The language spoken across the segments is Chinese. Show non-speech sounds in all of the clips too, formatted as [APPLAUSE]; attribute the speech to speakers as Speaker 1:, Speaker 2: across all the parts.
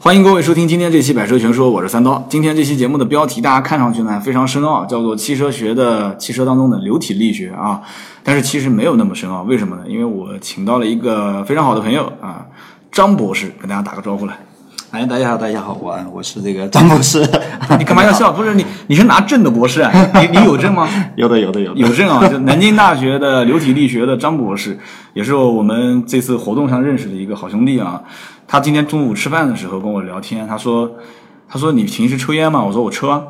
Speaker 1: 欢迎各位收听今天这期《百车全说》，我是三刀。今天这期节目的标题大家看上去呢非常深奥，叫做“汽车学的汽车当中的流体力学”啊，但是其实没有那么深奥，为什么呢？因为我请到了一个非常好的朋友啊，张博士，跟大家打个招呼来。
Speaker 2: 哎，大家好，大家好，我我是这个张博士。
Speaker 1: 你干嘛要笑？不是你，你是拿证的博士啊？你你有证吗？
Speaker 2: [LAUGHS] 有的，有的，有的。
Speaker 1: 有证啊，就南京大学的流体力学的张博士，也是我们这次活动上认识的一个好兄弟啊。他今天中午吃饭的时候跟我聊天，他说，他说你平时抽烟吗？我说我抽啊。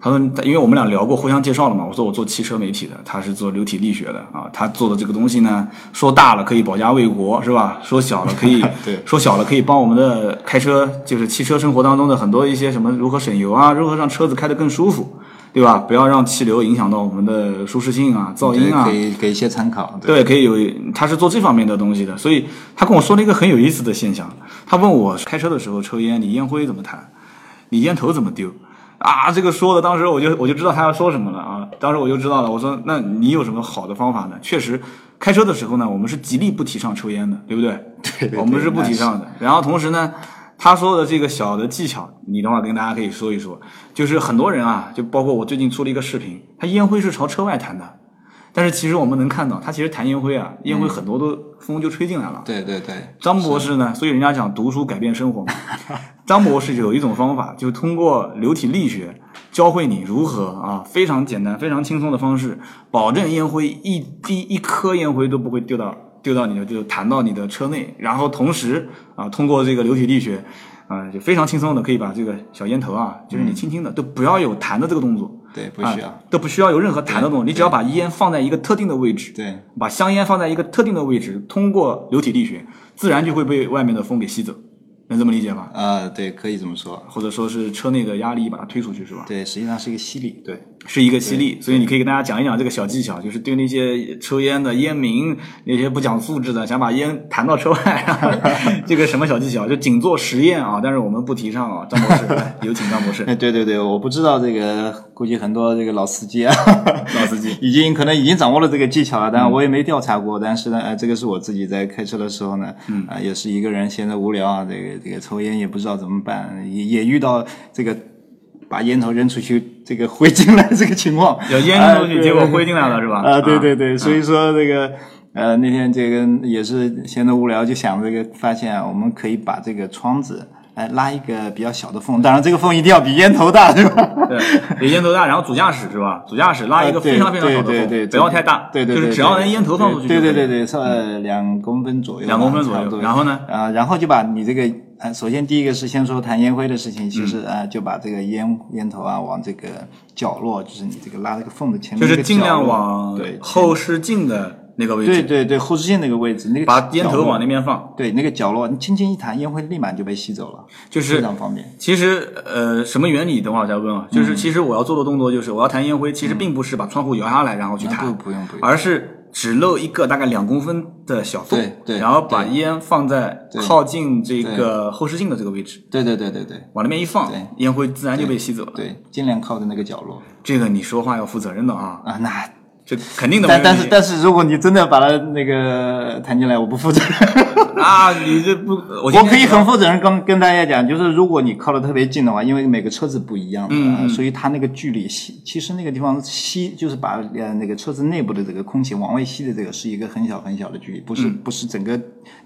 Speaker 1: 他说，因为我们俩聊过，互相介绍了嘛。我说我做汽车媒体的，他是做流体力学的啊。他做的这个东西呢，说大了可以保家卫国，是吧？说小了可以，
Speaker 2: [LAUGHS] 对
Speaker 1: 说小了可以帮我们的开车，就是汽车生活当中的很多一些什么如何省油啊，如何让车子开得更舒服，对吧？不要让气流影响到我们的舒适性啊、噪音啊
Speaker 2: 可。以给一些参考。对，
Speaker 1: 对，可以有，他是做这方面的东西的，所以他跟我说了一个很有意思的现象。他问我开车的时候抽烟，你烟灰怎么弹？你烟头怎么丢？啊，这个说的，当时我就我就知道他要说什么了啊，当时我就知道了。我说，那你有什么好的方法呢？确实，开车的时候呢，我们是极力不提倡抽烟的，对不对？
Speaker 2: [LAUGHS] 对对
Speaker 1: 我们是不提倡的。然后同时呢，他说的这个小的技巧，你等会儿跟大家可以说一说。就是很多人啊，就包括我最近出了一个视频，他烟灰是朝车外弹的，但是其实我们能看到，他其实弹烟灰啊，烟灰很多都风就吹进来了。
Speaker 2: 对对对，
Speaker 1: 张博士呢，所以人家讲读书改变生活嘛。 [LAUGHS] 张博士有一种方法，就通过流体力学教会你如何啊，非常简单、非常轻松的方式，保证烟灰一滴一颗烟灰都不会丢到丢到你的就弹到你的车内。然后同时啊，通过这个流体力学，啊，就非常轻松的可以把这个小烟头啊，就是你轻轻的、都不要有弹的这个动作，
Speaker 2: 对，不
Speaker 1: 啊
Speaker 2: 需要。
Speaker 1: 都不需要有任何弹的动作，你只要把烟放在一个特定的位置，
Speaker 2: 对
Speaker 1: 把香烟放在一个特定的位置，通过流体力学，自然就会被外面的风给吸走，能这么理解吧？
Speaker 2: 啊，对，可以这么说。
Speaker 1: 或者说是车内的压力把它推出去，是吧？
Speaker 2: 对，实际上是一个吸力。对，
Speaker 1: 是一个吸力，所以你可以跟大家讲一讲这个小技巧，就是对那些抽烟的烟民，那些不讲素质的，想把烟弹到车外， [LAUGHS] 这个什么小技巧，就仅做实验啊，但是我们不提倡啊。张博士， [LAUGHS] 来有请张博
Speaker 2: [LAUGHS]
Speaker 1: 士。
Speaker 2: 哎，对对对，我不知道这个，估计很多这个老司机啊，
Speaker 1: 老司机
Speaker 2: [LAUGHS] 已经可能已经掌握了这个技巧
Speaker 1: 嗯
Speaker 2: 了，但我也没调查过。但是呢，呃，这个是我自己在开车的时候呢，嗯，啊、也是一个人闲着无聊啊，这个这个抽烟也不知道怎么办，也也遇到这个把烟头扔出去，这个灰进来这个情况，
Speaker 1: [LAUGHS] 有烟
Speaker 2: 啊
Speaker 1: 进出去，
Speaker 2: 对
Speaker 1: 结果灰进来了，是吧？
Speaker 2: 啊，对对对，所以说这个呃，那天这个也是闲得无聊，就想这个发现啊，我们可以把这个窗子哎拉一个比较小的缝，当然这个缝一定要比烟头大，是吧？
Speaker 1: 对，有 [LAUGHS] 烟头大，然后主驾驶是吧？主驾驶拉一个
Speaker 2: 啊对
Speaker 1: 非常非常小的
Speaker 2: 对对对对
Speaker 1: 缝，不要太大，
Speaker 2: 对对
Speaker 1: 就
Speaker 2: 对，
Speaker 1: 是只要能烟头放出去就
Speaker 2: 对
Speaker 1: 可以，
Speaker 2: 对对对，呃，两公分左右吧，
Speaker 1: 两公分左
Speaker 2: 差
Speaker 1: 右
Speaker 2: 不多
Speaker 1: 然后呢？
Speaker 2: 啊，然后就把你这个。呃，首先第一个是先说弹烟灰的事情，
Speaker 1: 嗯
Speaker 2: 其实啊，就把这个烟烟头啊往这个角落，就是你这个拉这个缝的前面
Speaker 1: 就
Speaker 2: 那
Speaker 1: 是
Speaker 2: 个
Speaker 1: 尽量
Speaker 2: 角落
Speaker 1: 往
Speaker 2: 对
Speaker 1: 后视镜的那个位
Speaker 2: 对
Speaker 1: 置，
Speaker 2: 对对后视镜那个位置，那个
Speaker 1: 把烟
Speaker 2: 角
Speaker 1: 头
Speaker 2: 落
Speaker 1: 往那边放。
Speaker 2: 对，那个角落，你轻轻一弹，烟灰立马就被吸走了，
Speaker 1: 就是
Speaker 2: 非常方便。
Speaker 1: 其实，呃，什么原理？等会儿再问啊。
Speaker 2: 嗯
Speaker 1: 就是，其实我要做的动作就是，我要弹烟灰，其实并不是把窗户摇下来然后去弹，
Speaker 2: 啊不不用不用
Speaker 1: 而是只露一个大概两公分的小缝，
Speaker 2: 对对
Speaker 1: 然后把烟放在
Speaker 2: 对
Speaker 1: 靠近这个后视镜的这个位置，
Speaker 2: 对对对对对
Speaker 1: 往那边一放
Speaker 2: 对，
Speaker 1: 烟灰自然就被吸走了。
Speaker 2: 对，尽量靠着那个角落
Speaker 1: 这个你说话要负责任的啊，
Speaker 2: 啊。那
Speaker 1: 这肯定的没
Speaker 2: 但
Speaker 1: 问题。
Speaker 2: 但是但是，如果你真的把它那个弹进来，我不负责任。
Speaker 1: 啊，你这不， [LAUGHS] 我今
Speaker 2: 我
Speaker 1: 天
Speaker 2: 可以很负责任跟跟大家讲，就是如果你靠得特别近的话，因为每个车子不一样，嗯、所以它那个距离吸，其实那个地方吸就是把呃那个车子内部的这个空气往外吸的这个是一个很小很小的距离，不
Speaker 1: 嗯
Speaker 2: 是、不是整个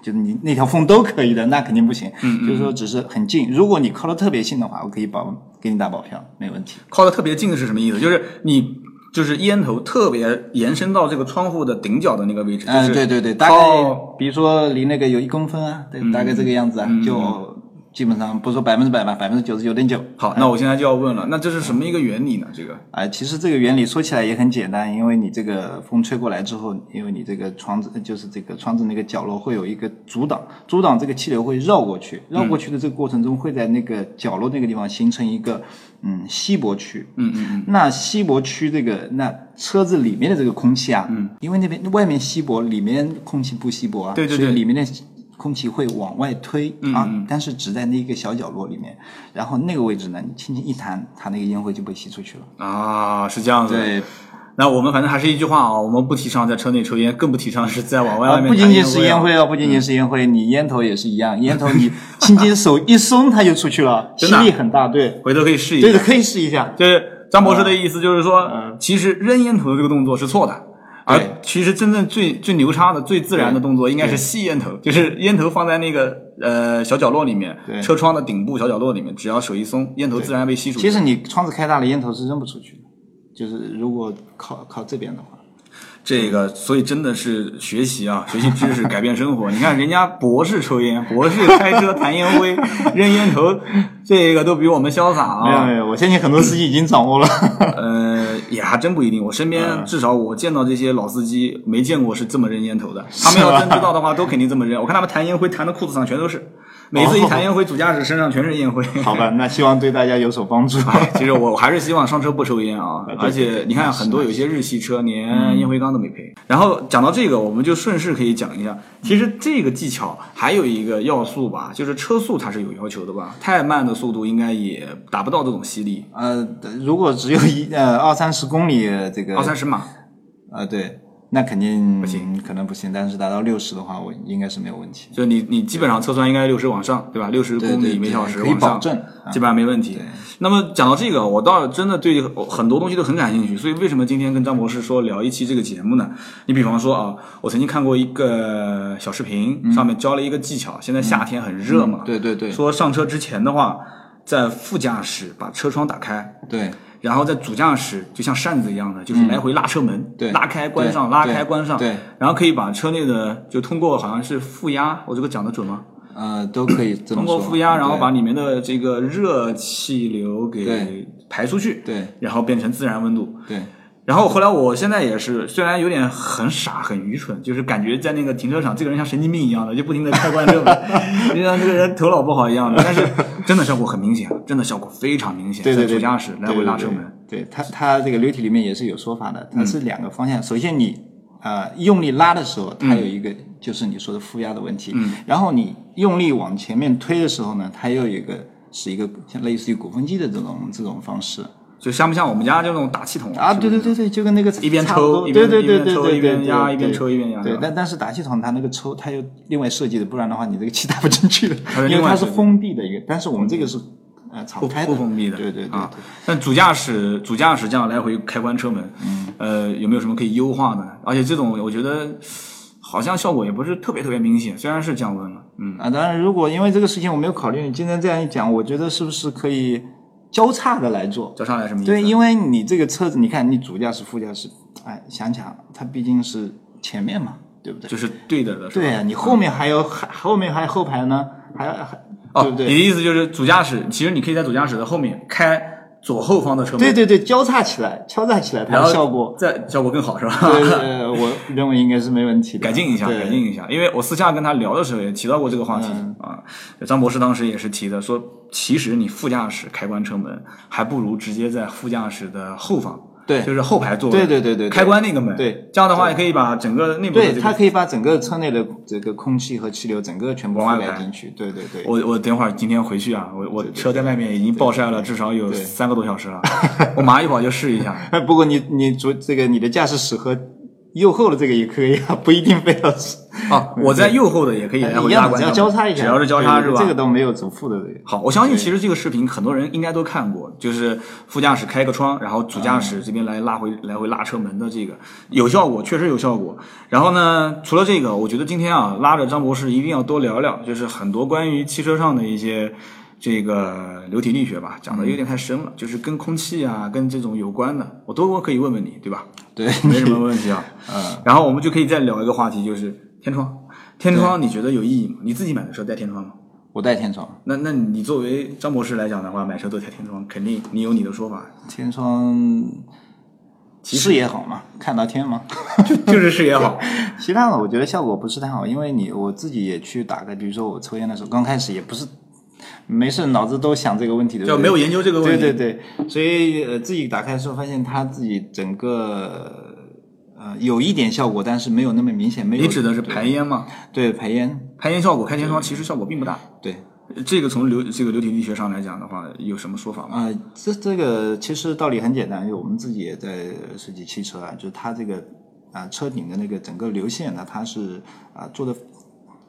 Speaker 2: 就是你那条缝都可以的，那肯定不行。嗯就是说只是很近，如果你靠得特别近的话，我可以保给你打保票，没问题。
Speaker 1: 靠的特别近是什么意思？就是你就是烟头特别延伸到这个窗户的顶角的那个位置，
Speaker 2: 嗯、
Speaker 1: 就是
Speaker 2: 对对对，大概
Speaker 1: 靠
Speaker 2: 比如说离那个有一公分啊，对，大概这个样子啊，就基本上不说百分之百吧，百分之九十九点九。
Speaker 1: 好，那我现在就要问了，那这是什么一个原理呢？这个
Speaker 2: 哎，其实这个原理说起来也很简单，因为你这个风吹过来之后，因为你这个窗子就是这个窗子那个角落会有一个阻挡，阻挡这个气流会绕过去，绕过去的这个过程中会在那个角落那个地方形成一个嗯稀薄区，嗯嗯嗯，那稀薄区这个那车子里面的这个空气啊，嗯，因为那边外面稀薄，里面空气不稀薄啊，
Speaker 1: 对对
Speaker 2: 所以
Speaker 1: 对
Speaker 2: 里面的空气会往外推啊，但是只在那一个小角落里面，然后那个位置呢，你轻轻一弹，它那个烟灰就被吸出去了。
Speaker 1: 啊是这样子。
Speaker 2: 对，
Speaker 1: 那我们反正还是一句话啊，我们不提倡在车内抽烟，更不提倡是在往外
Speaker 2: 啊
Speaker 1: 外面、
Speaker 2: 不仅仅是烟灰
Speaker 1: 灰
Speaker 2: 哦，不仅仅是烟灰，你烟头也是一样，烟头你轻 [LAUGHS] 轻手一松，它就出去了，吸
Speaker 1: 真的啊
Speaker 2: 力很大，对，
Speaker 1: 回头可以试一下。
Speaker 2: 对的，可以试一下。
Speaker 1: 就是张博士的意思，就是说，
Speaker 2: 嗯
Speaker 1: 其实扔烟头的这个动作是错的，而
Speaker 2: 对
Speaker 1: 其实真正最最牛叉的、最自然的动作，应该是吸烟头，就是烟头放在那个呃小角落里面，
Speaker 2: 对
Speaker 1: 车窗的顶部小角落里面，只要手一松，烟头自然被吸出去。
Speaker 2: 其实你窗子开大了，烟头是扔不出去的，就是如果靠靠这边的话，
Speaker 1: 这个，所以真的是学习啊，学习知识，改变生活。你 [LAUGHS] 看人家博士抽烟，博士开车弹烟灰、扔烟头，这个都比我们潇洒啊。
Speaker 2: 没有没有，我相信很多司机已经掌握 [LAUGHS] 了。
Speaker 1: 呃，也还真不一定。我身边至少我见到这些老司机，没见过是这么扔烟头的。他们要真知道的话，都肯定这么扔。我看他们弹烟灰，弹的裤子上全都是，每次一弹烟灰，主驾驶身上全是烟灰。
Speaker 2: 好吧，那希望对大家有所帮助。
Speaker 1: 哎 [LAUGHS] 其实我我还是希望上车不抽烟啊，而且你看很多有些日系车连烟灰缸都没配。然后讲到这个，我们就顺势可以讲一下，其实这个技巧还有一个要素吧，就是车速它是有要求的吧，太慢的速度应该也达不到这种吸力，
Speaker 2: [LAUGHS] 呃，如果只有一呃二三十公里，呃这个
Speaker 1: 二三十码。
Speaker 2: 呃对，那肯定不行，可能不行。但是达到六十的话，我应该是没有问题。
Speaker 1: 就你你基本上测算应该六十往上，对吧？六十
Speaker 2: 对
Speaker 1: 公
Speaker 2: 对
Speaker 1: 里每
Speaker 2: 对
Speaker 1: 小时
Speaker 2: 可以
Speaker 1: 往
Speaker 2: 保
Speaker 1: 上，
Speaker 2: 证。啊
Speaker 1: 基本上没问题。那么讲到这个，我倒真的对很多东西都很感兴趣，所以为什么今天跟张博士说聊一期这个节目呢？你比方说啊，我曾经看过一个小视频，上面教了一个技巧，现在夏天很热嘛，
Speaker 2: 嗯对对对
Speaker 1: 说上车之前的话，在副驾驶把车窗打开。
Speaker 2: 对
Speaker 1: 然后在主驾驶就像扇子一样的，就是来回拉车门，
Speaker 2: 嗯对
Speaker 1: 拉开关
Speaker 2: 对
Speaker 1: 上，拉
Speaker 2: 对
Speaker 1: 开关上，
Speaker 2: 对，
Speaker 1: 然后可以把车内的就通过好像是负压，我这个讲的准吗？
Speaker 2: 呃都可以这么
Speaker 1: 通过
Speaker 2: 说。
Speaker 1: 负压，然后
Speaker 2: 对
Speaker 1: 把里面的这个热气流给
Speaker 2: 对
Speaker 1: 排出去，
Speaker 2: 对
Speaker 1: 然后变成自然温度。
Speaker 2: 对
Speaker 1: 然后后来，我现在也是，虽然有点很傻、很愚蠢，就是感觉在那个停车场，这个人像神经病一样的，就不停的开关
Speaker 2: [LAUGHS]
Speaker 1: 车门，就像这个人头脑不好一样的。但是真的效果很明显，真的效果非常明显，
Speaker 2: 对对对，
Speaker 1: 在主驾驶来回拉车门。嗯
Speaker 2: 对对对对它它这个流体里面也是有说法的，它是两个方向。首先你呃用力拉的时候，它有一个
Speaker 1: 嗯
Speaker 2: 就是你说的负压的问题，然后你用力往前面推的时候呢，它又有一个是一个像类似于鼓风机的这种这种方式
Speaker 1: 就像不像我们家这种打气筒
Speaker 2: 啊，对对对对，就跟那个
Speaker 1: 一边
Speaker 2: 差不多
Speaker 1: 抽一边
Speaker 2: 对对对
Speaker 1: 一边
Speaker 2: 对
Speaker 1: 抽
Speaker 2: 对
Speaker 1: 一边
Speaker 2: 对
Speaker 1: 压
Speaker 2: 对
Speaker 1: 一边
Speaker 2: 对
Speaker 1: 抽一边压是
Speaker 2: 对
Speaker 1: 吧，
Speaker 2: 但但是打气筒它那个抽它又另外设计的，不然的话你这个气打不进去的
Speaker 1: 它是，
Speaker 2: 因
Speaker 1: 另
Speaker 2: 为
Speaker 1: 外
Speaker 2: 它是
Speaker 1: 设计的
Speaker 2: 封闭的一个，但是我们这个是呃敞
Speaker 1: 不
Speaker 2: 开
Speaker 1: 不封闭的，
Speaker 2: 对对对
Speaker 1: 啊。但主驾驶主驾驶这样来回开关车门，呃，有没有什么可以优化的？而且这种我觉得好像效果也不是特别特别明显，虽然是降温了，嗯，
Speaker 2: 啊，当然，如果因为这个事情我没有考虑，你今天这样一讲，我觉得是不是可以交叉的来做？
Speaker 1: 交叉来什么意思？
Speaker 2: 对，因为你这个车子，你看你主驾驶、副驾驶，哎，想想它毕竟是前面嘛，对不对？
Speaker 1: 就是啊对着的，是吧
Speaker 2: 对呀、你后面还有还后面还有后排呢，还还
Speaker 1: 哦，
Speaker 2: 对不
Speaker 1: 你
Speaker 2: 对？
Speaker 1: 的意思就是主驾驶，其实你可以在主驾驶的后面开左后方的车门，
Speaker 2: 对对对，交叉起来，交叉起来，它
Speaker 1: 然后
Speaker 2: 的
Speaker 1: [LAUGHS]
Speaker 2: 效果，
Speaker 1: 再效果更好是吧？
Speaker 2: 对，呃，我认为应该是没问题的。
Speaker 1: 改进一下，
Speaker 2: 对嗯
Speaker 1: 改进一下。因为我私下跟他聊的时候也提到过这个话题、啊，张博士当时也是提的，说其实你副驾驶开关车门，还不如直接在副驾驶的后方，
Speaker 2: 对
Speaker 1: 就是后排座位，
Speaker 2: 对对对对对
Speaker 1: 开关那个门，
Speaker 2: 对，
Speaker 1: 这样的话也可以把整个内部的
Speaker 2: 对，
Speaker 1: 这
Speaker 2: 它
Speaker 1: 个。
Speaker 2: 可以把整个车内的这个空气和气流整个全部
Speaker 1: 往
Speaker 2: 覆
Speaker 1: 外排
Speaker 2: 盖进去。对对 [LAUGHS] 对，
Speaker 1: 我我等会儿今天回去啊，我我车在外面已经暴晒了，至少有三个多小时
Speaker 2: [LAUGHS]
Speaker 1: 了，我马上一会儿就试一下。
Speaker 2: 哎，不过你你主这个你的驾驶室和右后的这个也可以啊， [LAUGHS] 不一定非要是
Speaker 1: 啊，我在右后的 [LAUGHS] 也可以来
Speaker 2: 哎一
Speaker 1: 回拉
Speaker 2: 样的，
Speaker 1: 关
Speaker 2: 只要
Speaker 1: 上
Speaker 2: 交叉一下，
Speaker 1: 只要是交叉
Speaker 2: 对
Speaker 1: 是吧？
Speaker 2: 这个都没有主副的这个。
Speaker 1: 好，我相信其实这个视频很多人应该都看过，就是副驾驶开个窗，然后主驾驶这边来拉回、来回拉车门的这个有效果，确实有效果。然后呢，除了这个，我觉得今天啊，拉着张博士一定要多聊聊，就是很多关于汽车上的一些。这个流体力学吧，讲的有点太深了，就是跟空气啊，跟这种有关的，我都可以问问你，对吧？
Speaker 2: 对，
Speaker 1: [LAUGHS] 没什么问题啊。嗯，然后我们就可以再聊一个话题，就是天窗。天窗你觉得有意义吗？你自己买的车带天窗吗？
Speaker 2: 我带天窗，
Speaker 1: 那那你作为张博士来讲的话，买车都贴天窗，肯定你有你的说法，
Speaker 2: 天窗视野好嘛，看到天嘛。
Speaker 1: 就就是视野好。
Speaker 2: 其他的我觉得效果不是太好，因为你我自己也去打个，比如说我抽烟的时候，刚开始也不是没事，脑子都想这个问题，对不
Speaker 1: 就
Speaker 2: 对？
Speaker 1: 没有研究这个问题。
Speaker 2: 对对对，所以呃自己打开的时候发现它自己整个呃有一点效果，但是没有那么明显，没有
Speaker 1: 你指的是排烟吗？
Speaker 2: 对排烟，
Speaker 1: 排烟效果开天窗其实效果并不大。
Speaker 2: 对
Speaker 1: 这个从流这个流体力学上来讲的话，有什么说法吗？
Speaker 2: 啊、这这个其实道理很简单，就我们自己也在设计汽车啊，就是它这个啊、车顶的那个整个流线呢，它是啊、做的。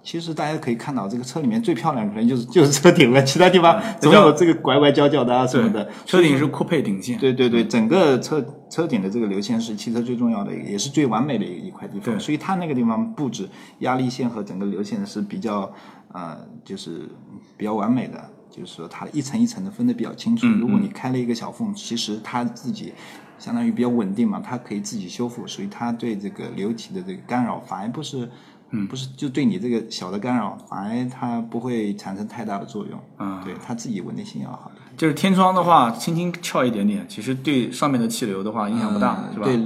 Speaker 2: 其实大家可以看到，这个车里面最漂亮的可能就是就是车顶了，其他地方总有这个拐拐角角的啊什么的。
Speaker 1: 车顶是阔配顶线，嗯
Speaker 2: 对对对，整个车车顶的这个流线是汽车最重要的一个，也是最完美的一一块地方。所以它那个地方布置压力线和整个流线是比较呃，就是比较完美的，就是说它一层一层的分的比较清
Speaker 1: 嗯
Speaker 2: 楚。如果你开了一个小缝，其实它自己相当于比较稳定嘛，它可以自己修复，所以它对这个流体的这个干扰反而不是。嗯，不是，就对你这个小的干扰，反而它不会产生太大的作用。
Speaker 1: 啊
Speaker 2: 对它自己稳定性要好。
Speaker 1: 就是天窗的话，轻轻翘一点点，其实对上面的气流的话影响不大，
Speaker 2: 嗯
Speaker 1: 是吧？
Speaker 2: 对，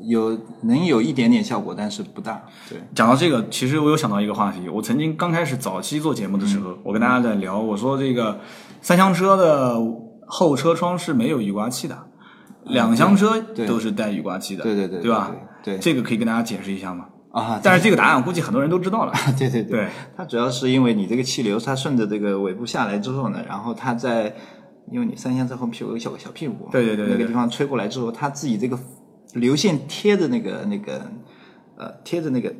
Speaker 2: 有能有一点点效果，但是不大。对，
Speaker 1: 讲到这个，其实我有想到一个话题。我曾经刚开始早期做节目的时候，
Speaker 2: 嗯
Speaker 1: 我跟大家在聊，我说这个三厢车的后车窗是没有雨刮器的，两厢车都是带雨刮器的，
Speaker 2: 对对对，
Speaker 1: 对吧？？
Speaker 2: 对
Speaker 1: 这个可以跟大家解释一下吗？
Speaker 2: 啊，
Speaker 1: 但是这个答案估计很多人都知道了。
Speaker 2: 对对 [LAUGHS] 对，
Speaker 1: 对，
Speaker 2: 它主要是因为你这个气流，它顺着这个尾部下来之后呢，然后它在，因为你三厢车后面有个小小屁股嘛，
Speaker 1: 对对对对
Speaker 2: 那个地方吹过来之后，它自己这个流线贴着那个那个呃贴着那个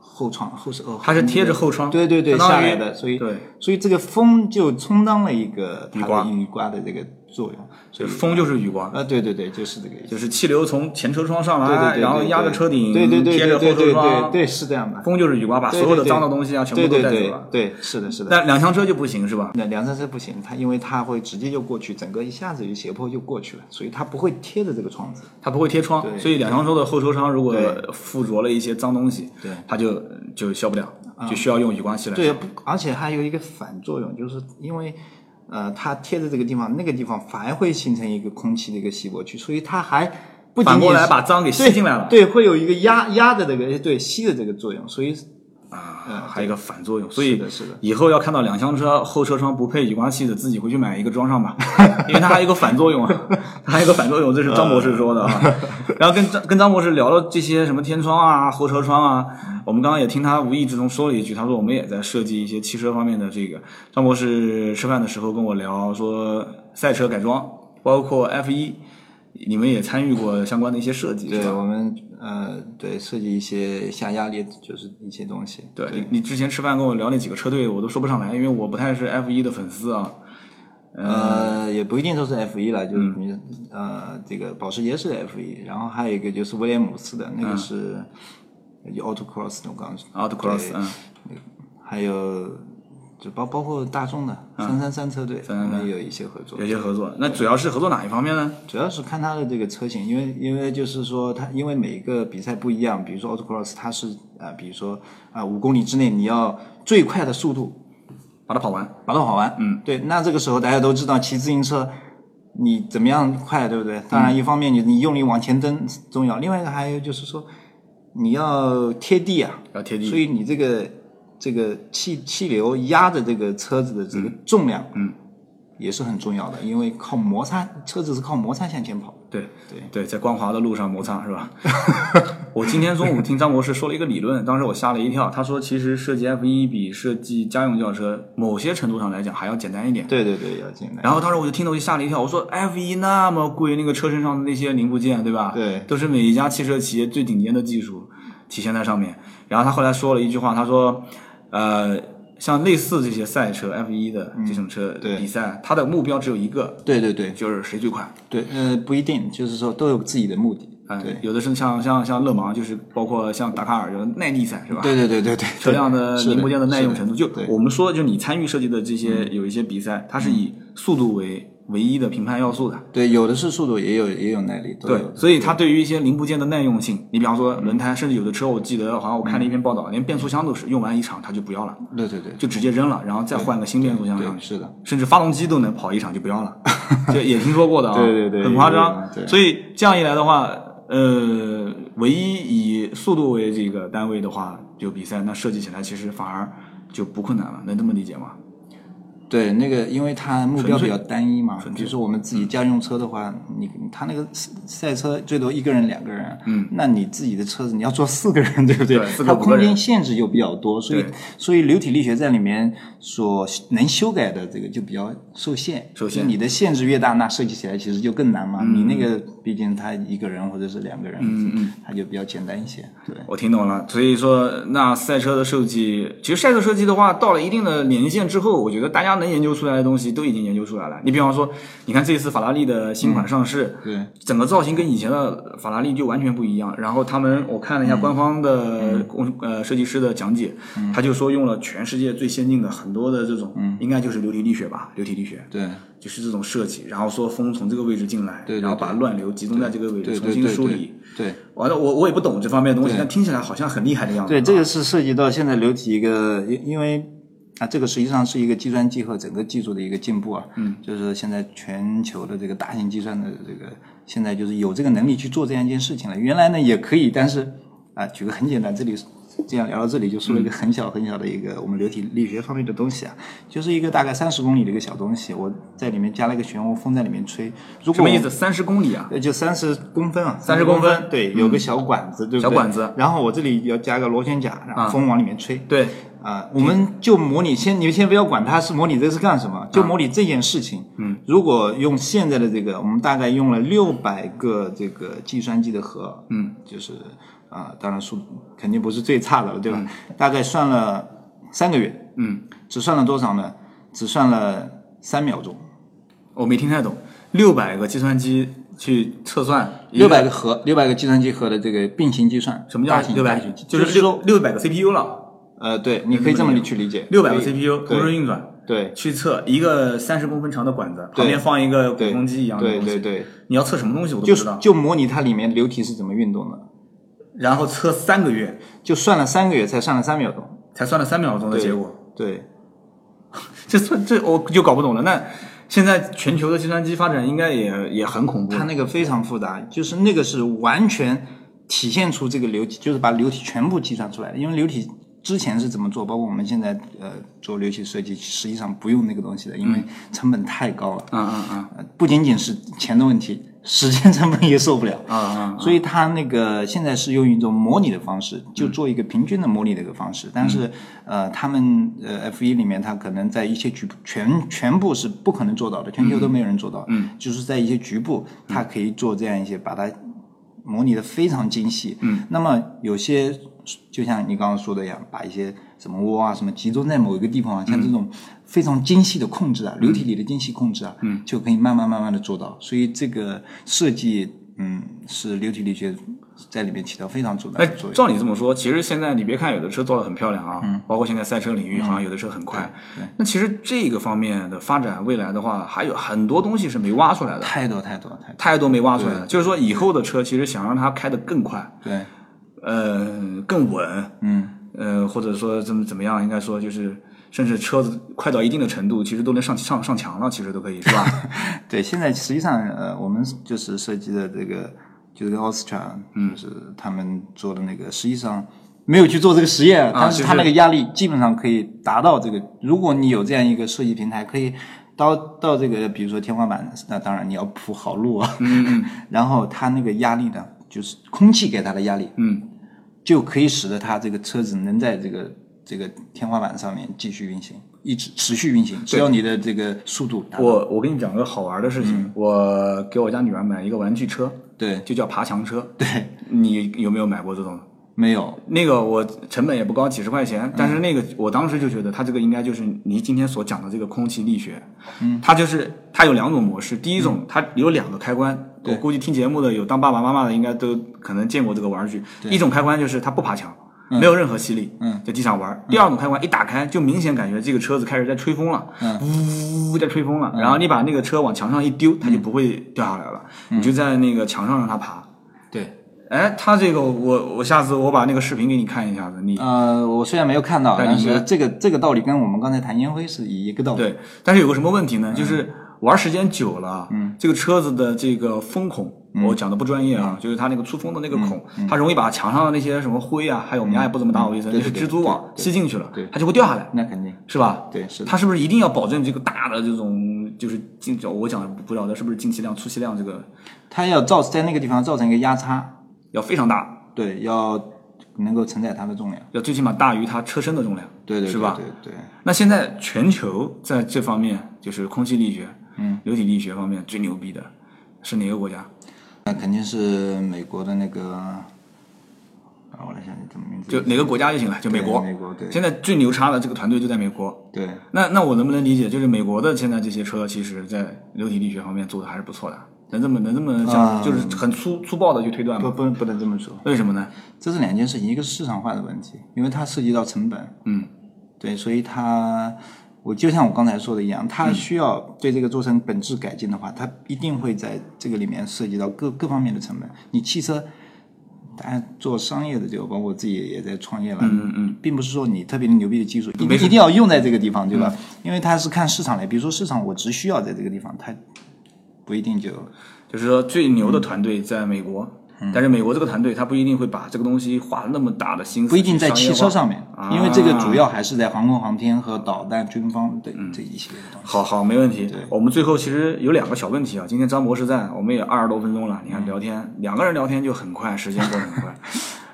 Speaker 2: 后窗后视哦，
Speaker 1: 它是贴着后窗，
Speaker 2: 对对对
Speaker 1: 相
Speaker 2: 下
Speaker 1: 当于
Speaker 2: 来的，所以
Speaker 1: 对，
Speaker 2: 所以这个风就充当了一个它
Speaker 1: 雨刮
Speaker 2: 的雨刮的这个作用，所
Speaker 1: 就
Speaker 2: 以
Speaker 1: 风就是雨刮。
Speaker 2: 啊对对对，就是这个意思。
Speaker 1: 就是气流从前车窗上
Speaker 2: 对对
Speaker 1: 来，
Speaker 2: 对，
Speaker 1: 然后压着
Speaker 2: 对
Speaker 1: 车顶，
Speaker 2: 对对对
Speaker 1: 贴着
Speaker 2: 对
Speaker 1: 后车
Speaker 2: 对对
Speaker 1: 窗
Speaker 2: 对，，对是这样的，
Speaker 1: 风就是雨刮，把所
Speaker 2: 对
Speaker 1: 有的
Speaker 2: 对
Speaker 1: 脏的东西啊全部
Speaker 2: 对
Speaker 1: 都
Speaker 2: 对
Speaker 1: 带走
Speaker 2: 对
Speaker 1: 了。
Speaker 2: 对，是的，是的。
Speaker 1: 但两厢车就不行是吧？
Speaker 2: 那梁山车不行，它因为它会直接就过去，整个一下子就斜坡就过去了，所以它不会贴着这个窗子。
Speaker 1: 它不会贴窗，
Speaker 2: 对
Speaker 1: 所以两厢车的后车窗如果
Speaker 2: 对
Speaker 1: 附着了一些脏东西，
Speaker 2: 对啊
Speaker 1: 它就就消不了，就需要用雨刮器来。
Speaker 2: 对，不而且还有一个反作用，就是因为，呃，它贴着这个地方，那个地方反而会形成一个空气的一个稀薄区，所以它还不仅
Speaker 1: 反
Speaker 2: 仅
Speaker 1: 过来
Speaker 2: 是
Speaker 1: 把脏给吸
Speaker 2: 对
Speaker 1: 进来了。
Speaker 2: 对，会有一个压压的这个哎对吸的这个作用，所以嗯
Speaker 1: 啊，
Speaker 2: 对
Speaker 1: 还有一个反作用，所以
Speaker 2: 是的是的
Speaker 1: 以后要看到两厢车后车窗不配雨刮器的，自己回去买一个装上吧，因为它还有一个反作用啊，它还有一个反作用，这是张博士说的啊。然后跟张跟张博士聊了这些什么天窗啊、后车窗啊，我们刚刚也听他无意之中说了一句，他说我们也在设计一些汽车方面的这个。张博士吃饭的时候跟我聊说赛车改装，包括 F 一，你们也参与过相关的一些设计，是
Speaker 2: 对
Speaker 1: 吧？
Speaker 2: 我们呃对设计一些下压力就是一些东西。
Speaker 1: 对你，你之前吃饭跟我聊那几个车队，我都说不上来，因为我不太是 F 一的粉丝啊。
Speaker 2: 呃，也不一定都是 F 一了，就是你、呃，这个保时捷是 F 一，然后还有一个就是威廉姆斯的，那个是有 Autocross 的，我刚刚说
Speaker 1: Autocross，
Speaker 2: 对
Speaker 1: 嗯，
Speaker 2: 还有就包包括大众的三三三车队，我
Speaker 1: 333
Speaker 2: 们有一些合作
Speaker 1: 有，些合作，那主要是合作哪一方面呢？
Speaker 2: 主要是看它的这个车型，因为因为就是说它因为每一个比赛不一样，比如说 Autocross 它是啊、呃比如说啊五、公里之内你要最快的速度
Speaker 1: 把它跑完，
Speaker 2: 把它跑完。嗯，对。那这个时候大家都知道骑自行车，你怎么样快，对不对？当
Speaker 1: 嗯
Speaker 2: 然，一方面你你用力往前蹬重要，另外一个还有就是说你要贴地啊，
Speaker 1: 要贴地
Speaker 2: 所以你这个这个气气流压着这个车子的这个重量，嗯，也是很重要的，因为靠摩擦，车子是靠摩擦向前跑的。
Speaker 1: 对
Speaker 2: 对
Speaker 1: 对，在光滑的路上摩擦是吧？ [LAUGHS] 我今天中午听张博士说了一个理论，当时我吓了一跳。他说，其实设计 F 一比设计家用轿车，某些程度上来讲还要简单一点。
Speaker 2: 对对对，要进来。
Speaker 1: 然后当时我就听到我就吓了一跳，我说 F 一那么贵，那个车身上的那些零部件，对吧？
Speaker 2: 对
Speaker 1: 都是每一家汽车企业最顶尖的技术体现在上面。然后他后来说了一句话，他说，呃，像类似这些赛车 F 一的这种车
Speaker 2: 嗯对
Speaker 1: 比赛，它的目标只有一个，
Speaker 2: 对对对
Speaker 1: 就是谁最快。
Speaker 2: 对，呃，不一定，就是说都有自己的目的。
Speaker 1: 嗯
Speaker 2: 对，
Speaker 1: 有的是像像像勒芒，就是包括像达喀尔，就是耐力赛，是吧？
Speaker 2: 对对对对对，
Speaker 1: 车辆的
Speaker 2: 是
Speaker 1: 零部件的耐用程度，就是
Speaker 2: 的对嗯
Speaker 1: 我们说，就你参与设计的这些有一些比赛，它是以速度为唯一的评判要素的。
Speaker 2: 对，有的是速度，也有也有耐力，都有
Speaker 1: 对，所以它对于一些零部件的耐用性，你比方
Speaker 2: 嗯
Speaker 1: 说轮胎，甚至有的车，我记得好像我看了一篇报道，连变速箱都是用完一场它就不要了，
Speaker 2: 对对对，
Speaker 1: 就直接扔了，然后再换个新变速箱上
Speaker 2: 对，
Speaker 1: 去，
Speaker 2: 是的，
Speaker 1: 甚至发动机都能跑一场就不要
Speaker 2: [LAUGHS]
Speaker 1: 了，这也听说过的啊，
Speaker 2: 对对对
Speaker 1: 很夸
Speaker 2: 有有
Speaker 1: 张。
Speaker 2: 对
Speaker 1: 所以这样一来的话，呃，唯一以速度为这个单位的话，就比赛那设计起来其实反而就不困难了，能这么理解吗？
Speaker 2: 对，那个因为它目标比较单一嘛
Speaker 1: 纯，粹嗯
Speaker 2: 比如说我们自己家用车的话，你它那个赛车最多一个人、两个人，嗯，那你自己的车子你要坐四个人， [LAUGHS] 对不对
Speaker 1: 对四？个
Speaker 2: 它
Speaker 1: 五个
Speaker 2: 空
Speaker 1: 人
Speaker 2: 间限制又比较多，所以
Speaker 1: 对
Speaker 2: 所以流体力学在里面所能修改的这个就比较受限，
Speaker 1: 受限嗯
Speaker 2: 就你的限制越大，那设计起来其实就更难嘛。你那个毕竟它一个人或者是两个人，嗯嗯，它就比较简单一些，对。
Speaker 1: 我听懂了，所以说那赛车的设计，其实赛车设计的话，到了一定的年限之后，我觉得大家能研究出来的东西都已经研究出来了。你比方说，你看这一次法拉利的新款上市，
Speaker 2: 对，
Speaker 1: 整个造型跟以前的法拉利就完全不一样。然后他们我看了一
Speaker 2: 嗯
Speaker 1: 下官方的工、呃设计师的讲解，他就说用了全世界最先进的很多的这种，
Speaker 2: 嗯
Speaker 1: 应该就是流体力学吧，流体力学。
Speaker 2: 对，
Speaker 1: 就是这种设计，然后说风从这个位置进来，
Speaker 2: 对对
Speaker 1: 然后把乱流集中在这个位置，
Speaker 2: 对
Speaker 1: 重
Speaker 2: 对
Speaker 1: 新
Speaker 2: 对
Speaker 1: 梳理。
Speaker 2: 对，对，
Speaker 1: 完了，我我也不懂这方面的东西，但听起来好像很厉害的样子。啊
Speaker 2: 对，这个是涉及到现在流体一个，因因为啊，这个实际上是一个计算机和整个技术的一个进步啊。嗯，就是现在全球的这个大型计算的这个，现在就是有这个能力去做这样一件事情了。原来呢也可以，但是啊，举个很简单，这里这样聊到这里就说了一个很小很小的一个我们流体力学方面的东西啊，就是一个大概三十公里的一个小东西，我在里面加了一个漩涡，风在里面吹。如
Speaker 1: 什
Speaker 2: 果
Speaker 1: 么
Speaker 2: 我
Speaker 1: 意思？三十公里啊？
Speaker 2: 呃，就三十公分啊，
Speaker 1: 30
Speaker 2: 公
Speaker 1: 公分
Speaker 2: 对，有个小管子，对不对？
Speaker 1: 小管子。
Speaker 2: 然后我这里要加个螺旋桨，然后风往里面吹。
Speaker 1: 对，
Speaker 2: 啊，我们就模拟先，你们先不要管它是模拟这是干什么，就模拟这件事情。嗯，如果用现在的这个，我们大概用了六百个这个计算机的核，嗯，就是啊、当然数肯定不是最差的了，对吧？大概算了三个月，
Speaker 1: 嗯，
Speaker 2: 只算了多少呢？只算了三秒钟，
Speaker 1: 我没听太懂。六百个计算机去测算，
Speaker 2: 六百个核，六百个计算机核的这个并行计算，
Speaker 1: 什么
Speaker 2: 大
Speaker 1: 叫
Speaker 2: 型
Speaker 1: 六百
Speaker 2: 大型？
Speaker 1: 就是六六百个 CPU 了，
Speaker 2: 呃，对，你可以这么去理解，
Speaker 1: 六百个
Speaker 2: 对
Speaker 1: CPU 同时运转，
Speaker 2: 对
Speaker 1: 去测一个三十公分长的管子，旁边放一个鼓
Speaker 2: 对
Speaker 1: 风机一样的
Speaker 2: 对
Speaker 1: 东
Speaker 2: 对
Speaker 1: 西。
Speaker 2: 对，
Speaker 1: 你要测什么东西我都不
Speaker 2: 就
Speaker 1: 知道，
Speaker 2: 就模拟它里面流体是怎么运动的，
Speaker 1: 然后测三个月
Speaker 2: 就算了三个月才算了三秒钟，
Speaker 1: 才算了三秒钟的
Speaker 2: 对
Speaker 1: 结果。
Speaker 2: 对，
Speaker 1: 这算这我就搞不懂了。那现在全球的计算机发展应该也也很恐怖
Speaker 2: 它。那个非常复杂，就是那个是完全体现出这个流体，就是把流体全部计算出来的，因为流体。之前是怎么做？包括我们现在呃做流体设计，实际上不用那个东西的，因为成本太高了。
Speaker 1: 嗯嗯嗯
Speaker 2: 呃不仅仅是钱的问题，时间成本 [LAUGHS] 也受不了。
Speaker 1: 嗯嗯，
Speaker 2: 所以它那个现在是用一种模拟的方式，就做一个平均的模拟的一个方式。但是，呃，他们呃 F 一里面，它可能在一些局部全全部是不可能做到的，全球都没有人做到。嗯，就是在一些局部，它可以做这样一些，把它模拟的非常精细。嗯，那么有些就像你刚刚说的一样，把一些什么窝啊什么集中在某一个地方啊，像这种非常精细的控制啊，流体里的精细控制啊，嗯，就可以慢慢慢慢的做到。所以这个设计，嗯，是流体力学在里面起到非常重要
Speaker 1: 那
Speaker 2: 的作用。
Speaker 1: 照你这么说，其实现在你别看有的车造的很漂亮啊，包括现在赛车领域好像有的车很快。那其实这个方面的发展，未来的话还有很多东西是没挖出来的，
Speaker 2: 太多太多太多，
Speaker 1: 太多没挖出来的。就是说以后的车，其实想让它开得更快，
Speaker 2: 对，
Speaker 1: 呃，更稳，
Speaker 2: 嗯，
Speaker 1: 呃，或者说怎么怎么样，应该说就是，甚至车子快到一定的程度，其实都能上上上墙了，其实都可以，是吧？
Speaker 2: [LAUGHS] 对，现在实际上呃，我们就是设计的这个，就是这个 Austria，就是
Speaker 1: 嗯
Speaker 2: 他们做的那个，实际上没有去做这个实验，但
Speaker 1: 就是是
Speaker 2: 他那个压力基本上可以达到这个。如果你有这样一个设计平台，可以到到这个，比如说天花板，那当然你要铺好路啊，
Speaker 1: 嗯
Speaker 2: [LAUGHS] 然后它那个压力呢，就是空气给它的压力，
Speaker 1: 嗯，
Speaker 2: 就可以使得它这个车子能在这个这个天花板上面继续运行，一直持续运行，只要你的这个速度达到，
Speaker 1: 我我跟你讲个好玩的事情，我给我家女儿买一个玩具车，
Speaker 2: 对
Speaker 1: 就叫爬墙车。
Speaker 2: 对，
Speaker 1: 你有没有买过这种？
Speaker 2: 没有。
Speaker 1: 那个我成本也不高，几十块钱，但是那个我当时就觉得它这个应该就是你今天所讲的这个空气力学，嗯，它就是它有两种模式，第一种它有两个开关，我估计听节目的有当爸爸妈妈的应该都可能见过这个玩具，一种开关就是它不爬墙。没有任何吸力，嗯，在地上玩。第二种开关一打开，就明显感觉这个车子开始在吹风了，呜呜在吹风了。然后你把那个车往墙上一丢，它就不会掉下来了。你就在那个墙上让它爬，
Speaker 2: 对，
Speaker 1: 哎，他这个我我下次我把那个视频给你看一下子，你、
Speaker 2: 呃，我虽然没有看到，
Speaker 1: 但
Speaker 2: 但
Speaker 1: 你
Speaker 2: 是这个这个道理跟我们刚才谈烟灰是一个道理。嗯
Speaker 1: 对，但是有个什么问题呢？就是玩时间久了，嗯，这个车子的这个风孔，
Speaker 2: 嗯
Speaker 1: 我讲的不专业啊，就是它那个出风的那个孔，它容易把墙上的那些什么灰啊，还有我们家也不怎么打扫卫生，
Speaker 2: 嗯对
Speaker 1: 就是
Speaker 2: 对对
Speaker 1: 蜘蛛网
Speaker 2: 对对
Speaker 1: 吸进去了
Speaker 2: 对，
Speaker 1: 它就会掉下来，
Speaker 2: 那肯定
Speaker 1: 是吧？
Speaker 2: 对是的，
Speaker 1: 它是不是一定要保证这个大的这种就是进我讲不晓得是不是进气量、出气量这个
Speaker 2: 它要造在那个地方造成一个压差，
Speaker 1: 要非常大，
Speaker 2: 对，要能够承载它的重量，
Speaker 1: 要最起码大于它车身的重量，
Speaker 2: 对对
Speaker 1: 是吧？
Speaker 2: 对对对，
Speaker 1: 那现在全球在这方面就是空气力学、嗯，流体力学方面最牛逼的是哪个国家？
Speaker 2: 那肯定是美国的那个，啊，我来想想怎么名字，
Speaker 1: 就哪个国家就行了，就美国。
Speaker 2: 对美国对
Speaker 1: 现在最牛叉的这个团队就在美国。
Speaker 2: 对，
Speaker 1: 那那我能不能理解，就是美国的现在这些车，其实在流体力学方面做的还是不错的，能这么能这么讲，
Speaker 2: 嗯
Speaker 1: 就是很粗粗暴的去推断
Speaker 2: 不
Speaker 1: 吗？
Speaker 2: 不不能这么说，
Speaker 1: 为什么呢？
Speaker 2: 这是两件事情，一个是市场化的问题，因为它涉及到成本，
Speaker 1: 嗯，
Speaker 2: 对，所以它，我就像我刚才说的一样，
Speaker 1: 嗯
Speaker 2: 它需要对这个做成本质改进的话，它一定会在这个里面涉及到各各方面的成本。你汽车，当然做商业的这个，包括我自己也在创业了，
Speaker 1: 嗯嗯嗯，
Speaker 2: 并不是说你特别牛逼的技术，一定一定要用在这个地方，对吧？
Speaker 1: 嗯
Speaker 2: 因为它是看市场来，比如说市场我只需要在这个地方，它不一定就
Speaker 1: 就是说最牛的团队在美国，
Speaker 2: 嗯
Speaker 1: 但是美国这个团队他不一定会把这个东西花那么大的心思，
Speaker 2: 不一定在汽车。上面，
Speaker 1: 啊
Speaker 2: 因为这个主要还是在航空航天和导弹、军方的
Speaker 1: 嗯
Speaker 2: 这一系列的东西。
Speaker 1: 好好，没问题。我们最后其实有两个小问题啊。今天张博士在，我们也二十多分钟了。你看聊天，两个人聊天就很快，时间过得很快。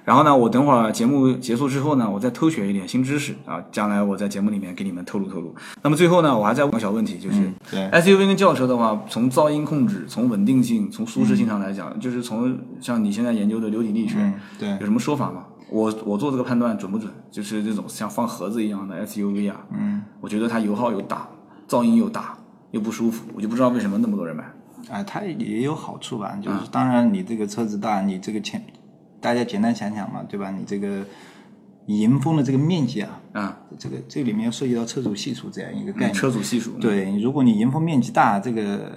Speaker 1: 然后呢，我等会儿节目结束之后呢，我再偷学一点新知识啊，将来我在节目里面给你们透露透露。那么最后呢，我还再问个小问题，就是、
Speaker 2: 对
Speaker 1: SUV 跟轿车的话，从噪音控制、从稳定性、从舒适性上来讲，就是从像你现在研究的流体力学，
Speaker 2: 嗯，对。
Speaker 1: 有什么说法吗？我我做这个判断准不准？就是这种像放盒子一样的 SUV 啊，嗯，我觉得它油耗又大，噪音又大，又不舒服，我就不知道为什么那么多人买。
Speaker 2: 啊，它也有好处
Speaker 1: 嗯
Speaker 2: 吧，就是当然你这个车子大，你这个钱，大家简单想想嘛，对吧？你这个迎风的这个面积啊，
Speaker 1: 啊、
Speaker 2: 这个这里面又涉及到车主系数这样一个概念。
Speaker 1: 嗯车主系数，
Speaker 2: 对，如果你迎风面积大，这个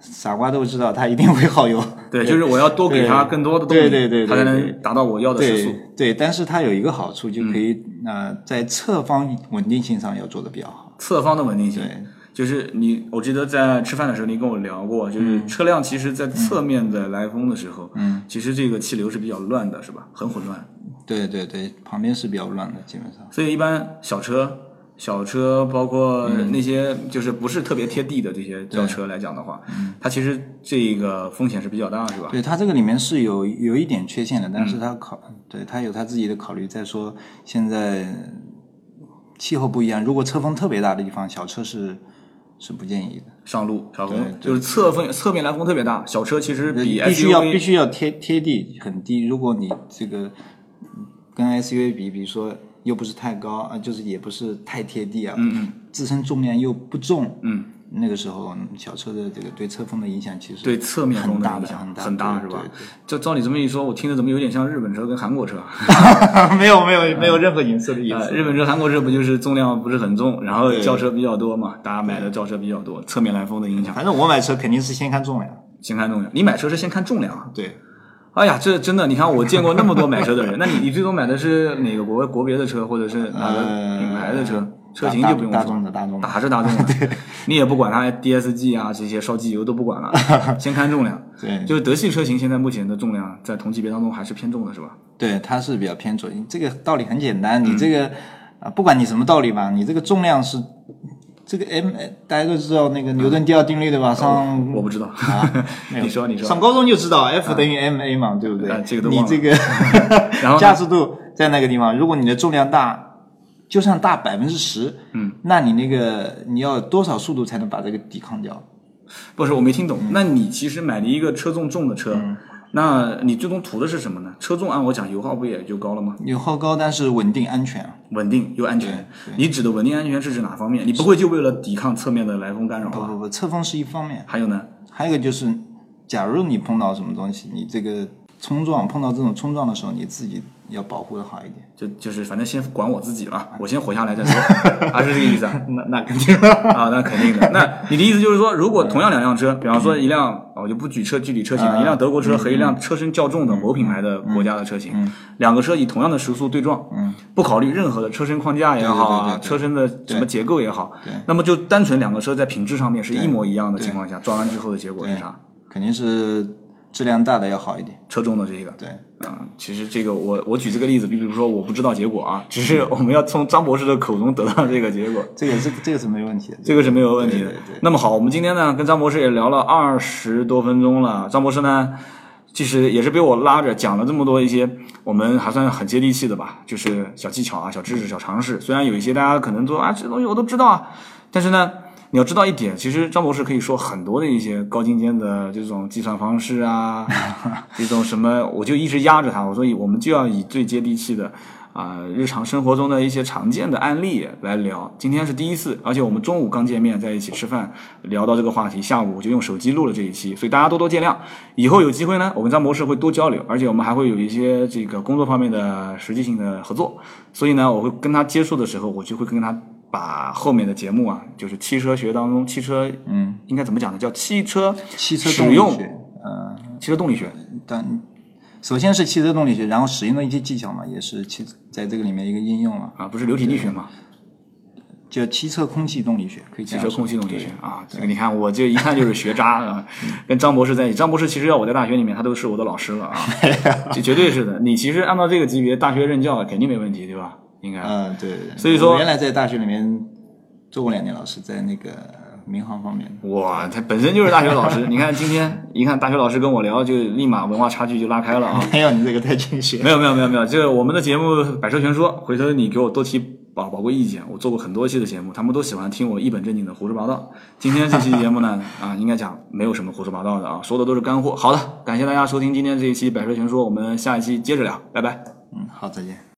Speaker 2: 傻瓜都知道，它一定会耗油。
Speaker 1: 对，就是我要多给它
Speaker 2: 对
Speaker 1: 更多的动力，
Speaker 2: 对对对对
Speaker 1: 它才
Speaker 2: 对
Speaker 1: 能达到我要的时速嗯
Speaker 2: 对。对，但是它有一个好处，就可以呃在侧方稳定性上要做的比较好。
Speaker 1: 侧方的稳定性
Speaker 2: 对，
Speaker 1: 就是你，我记得在吃饭的时候你跟我聊过，
Speaker 2: 嗯
Speaker 1: 就是车辆其实在侧面的来风的时候，嗯，其实这个气流是比较乱的，是吧？很混乱。
Speaker 2: 对对对，旁边是比较乱的，基本上。
Speaker 1: 所以一般小车、小车包括
Speaker 2: 嗯
Speaker 1: 那些就是不是特别贴地的这些轿车来讲的话，它其实这个风险是比较大，是吧？
Speaker 2: 嗯对它这个里面是有有一点缺陷的，
Speaker 1: 嗯
Speaker 2: 但是它考、对它有它自己的考虑。再说现在气候不一样，如果车风特别大的地方，小车是是不建议的，
Speaker 1: 上路小
Speaker 2: 对
Speaker 1: 红
Speaker 2: 对
Speaker 1: 就是侧风侧面来风特别大，小车其实比
Speaker 2: 必须要必
Speaker 1: SUV
Speaker 2: 须要贴贴地很低。如果你这个跟 SUV 比，比如说又不是太高啊，就是也不是太贴地啊，
Speaker 1: 嗯
Speaker 2: 自身重量又不重，嗯，那个时候小车的这个对车风的影响其实
Speaker 1: 对侧面风
Speaker 2: 很大
Speaker 1: 影
Speaker 2: 的
Speaker 1: 响
Speaker 2: 很大
Speaker 1: 很大，
Speaker 2: 对
Speaker 1: 是吧
Speaker 2: 对？
Speaker 1: 就照你这么一说，我听着怎么有点像日本车跟韩国车？ [LAUGHS]
Speaker 2: 没有没有没有任何影射的意
Speaker 1: 呃，日本车、韩国车不就是重量不是很重，然后轿车比较多嘛，大家买的轿车比较多，侧面来风的影响
Speaker 2: 反正我买车肯定是先看重量，
Speaker 1: 先看重量。你买车是先看重量啊？
Speaker 2: 对。
Speaker 1: 哎呀，这真的，你看我见过那么多买车的人，那你你最终买的是哪个国国别的车，或者是哪个品牌的车？
Speaker 2: 呃
Speaker 1: 车型
Speaker 2: 大
Speaker 1: 就不用
Speaker 2: 大
Speaker 1: 说，
Speaker 2: 众的
Speaker 1: [LAUGHS]
Speaker 2: 大众的
Speaker 1: 打是大众的，你也不管它 DSG 啊这些烧机油都不管了，先看重量。
Speaker 2: 对
Speaker 1: 就是德系车型现在目前的重量在同级别当中还是偏重的，是吧？
Speaker 2: 对，它是比较偏左。这个道理很简单，你这个
Speaker 1: 嗯
Speaker 2: 啊，不管你什么道理吧，你这个重量是这个 m，大呃家都知道那个牛顿第二定律对吧？上
Speaker 1: 我不知道，
Speaker 2: 嗯啊
Speaker 1: [LAUGHS]
Speaker 2: 没
Speaker 1: 嗯哦
Speaker 2: 有
Speaker 1: 你说你说
Speaker 2: 上高中就知道 F 等于 ma 嘛，对不对
Speaker 1: 啊？这个都忘
Speaker 2: 你
Speaker 1: 了
Speaker 2: 这个 [LAUGHS]
Speaker 1: 然后呢
Speaker 2: 加速度在那个地方，如果你的重量大，就算大百分之十，嗯，那你那个你要多少速度才能把这个抵抗掉？
Speaker 1: 不是我没听懂。那你其实买了一个车重重的车，
Speaker 2: 嗯
Speaker 1: 那你最终图的是什么呢？车重按我讲油耗不也就高了吗？
Speaker 2: 油耗高，但是稳定安全啊。
Speaker 1: 稳定又安全。你指的稳定安全是指哪方面？你不会就为了抵抗侧面的来风干扰
Speaker 2: 不
Speaker 1: 吧？
Speaker 2: 不不，侧风是一方面，
Speaker 1: 还有呢？
Speaker 2: 还有一个就是，假如你碰到什么东西，你这个冲撞碰到这种冲撞的时候，你自己要保护的好一点。
Speaker 1: 就就是反正先管我自己
Speaker 2: 啊
Speaker 1: 嘛，我先活下来再说，啊是这个意思啊？
Speaker 2: 那那肯定
Speaker 1: 啊，那肯定的。那你的意思就是说，如果同样两辆车，比方说一辆，啊我就不举车具体车型
Speaker 2: 啊
Speaker 1: 了，一辆德国
Speaker 2: 嗯
Speaker 1: 车和一辆车身较重的某品牌的国家的车型，两个车以同样的时速对撞，不考虑任何的车身框架也好
Speaker 2: 嗯对
Speaker 1: 啊
Speaker 2: 对对，对
Speaker 1: 车身的什么结构也好
Speaker 2: 对，
Speaker 1: 那么就单纯两个车在品质上面是一模一样的情况下，撞完之后的结果是啥？
Speaker 2: 肯定是质量大的要好一点。
Speaker 1: 车重的这个，
Speaker 2: 对，
Speaker 1: 嗯，其实这个我我举这个例子，比如说我不知道结果啊，只是我们要从张博士的口中得到这个结果。
Speaker 2: 这个这个这个是没问题的。
Speaker 1: 这个是没有问题的。
Speaker 2: 对对对
Speaker 1: 那么好，我们今天呢跟张博士也聊了二十多分钟了，张博士呢。其实也是被我拉着讲了这么多一些我们还算很接地气的吧，就是小技巧啊、小知识、小常识。虽然有一些大家可能说啊，这东西我都知道啊，但是呢，你要知道一点，其实张博士可以说很多的一些高精尖的这种计算方式
Speaker 2: [LAUGHS]
Speaker 1: 啊，这种什么，我就一直压着他，我说以我们就要以最接地气的啊、日常生活中的一些常见的案例来聊。今天是第一次，而且我们中午刚见面，在一起吃饭聊到这个话题，下午我就用手机录了这一期，所以大家多多见谅。以后有机会呢，我跟张博士会多交流，而且我们还会有一些这个工作方面的实际性的合作。所以呢，我会跟他接触的时候，我就会跟他把后面的节目啊，就是汽车学当中汽车，嗯，应该怎么讲呢？叫汽车
Speaker 2: 汽车
Speaker 1: 使
Speaker 2: 动力
Speaker 1: 用
Speaker 2: 学，呃，
Speaker 1: 汽车动力学。
Speaker 2: 但首先是汽车动力学，然后使用的一些技巧嘛，也是汽在这个里面一个应用嘛，
Speaker 1: 啊，不是流体力学嘛，
Speaker 2: 叫汽车空气动力学，可以这
Speaker 1: 汽
Speaker 2: 样
Speaker 1: 车
Speaker 2: 说
Speaker 1: 空气动力学啊，这个你看，我这一看就是学渣啊，跟张博士在一起。张博士其实要我在大学里面，他都是我的老师了啊，这绝对是的。你其实按照这个级别，大学任教肯定没问题，对吧？应该
Speaker 2: 嗯，对对对。
Speaker 1: 所以说
Speaker 2: 我原来在大学里面做过两年老师，在那个民航方面。 [LAUGHS]
Speaker 1: 哇，他本身就是大学老师。你看今天一看大学老师跟我聊，就立马文化差距就拉开了啊。
Speaker 2: 没有你这个太谦虚了。
Speaker 1: 没有没有没有没有，这个我们的节目《百车全说》，回头你给我多提宝宝贵意见。我做过很多期的节目，他们都喜欢听我一本正经的胡说八道。今天这期节目呢，啊，应该讲没有什么胡说八道的啊，说的都是干货。好的，感谢大家收听今天这一期《百车全说》，我们下一期接着聊，拜拜。
Speaker 2: 嗯，好，再见。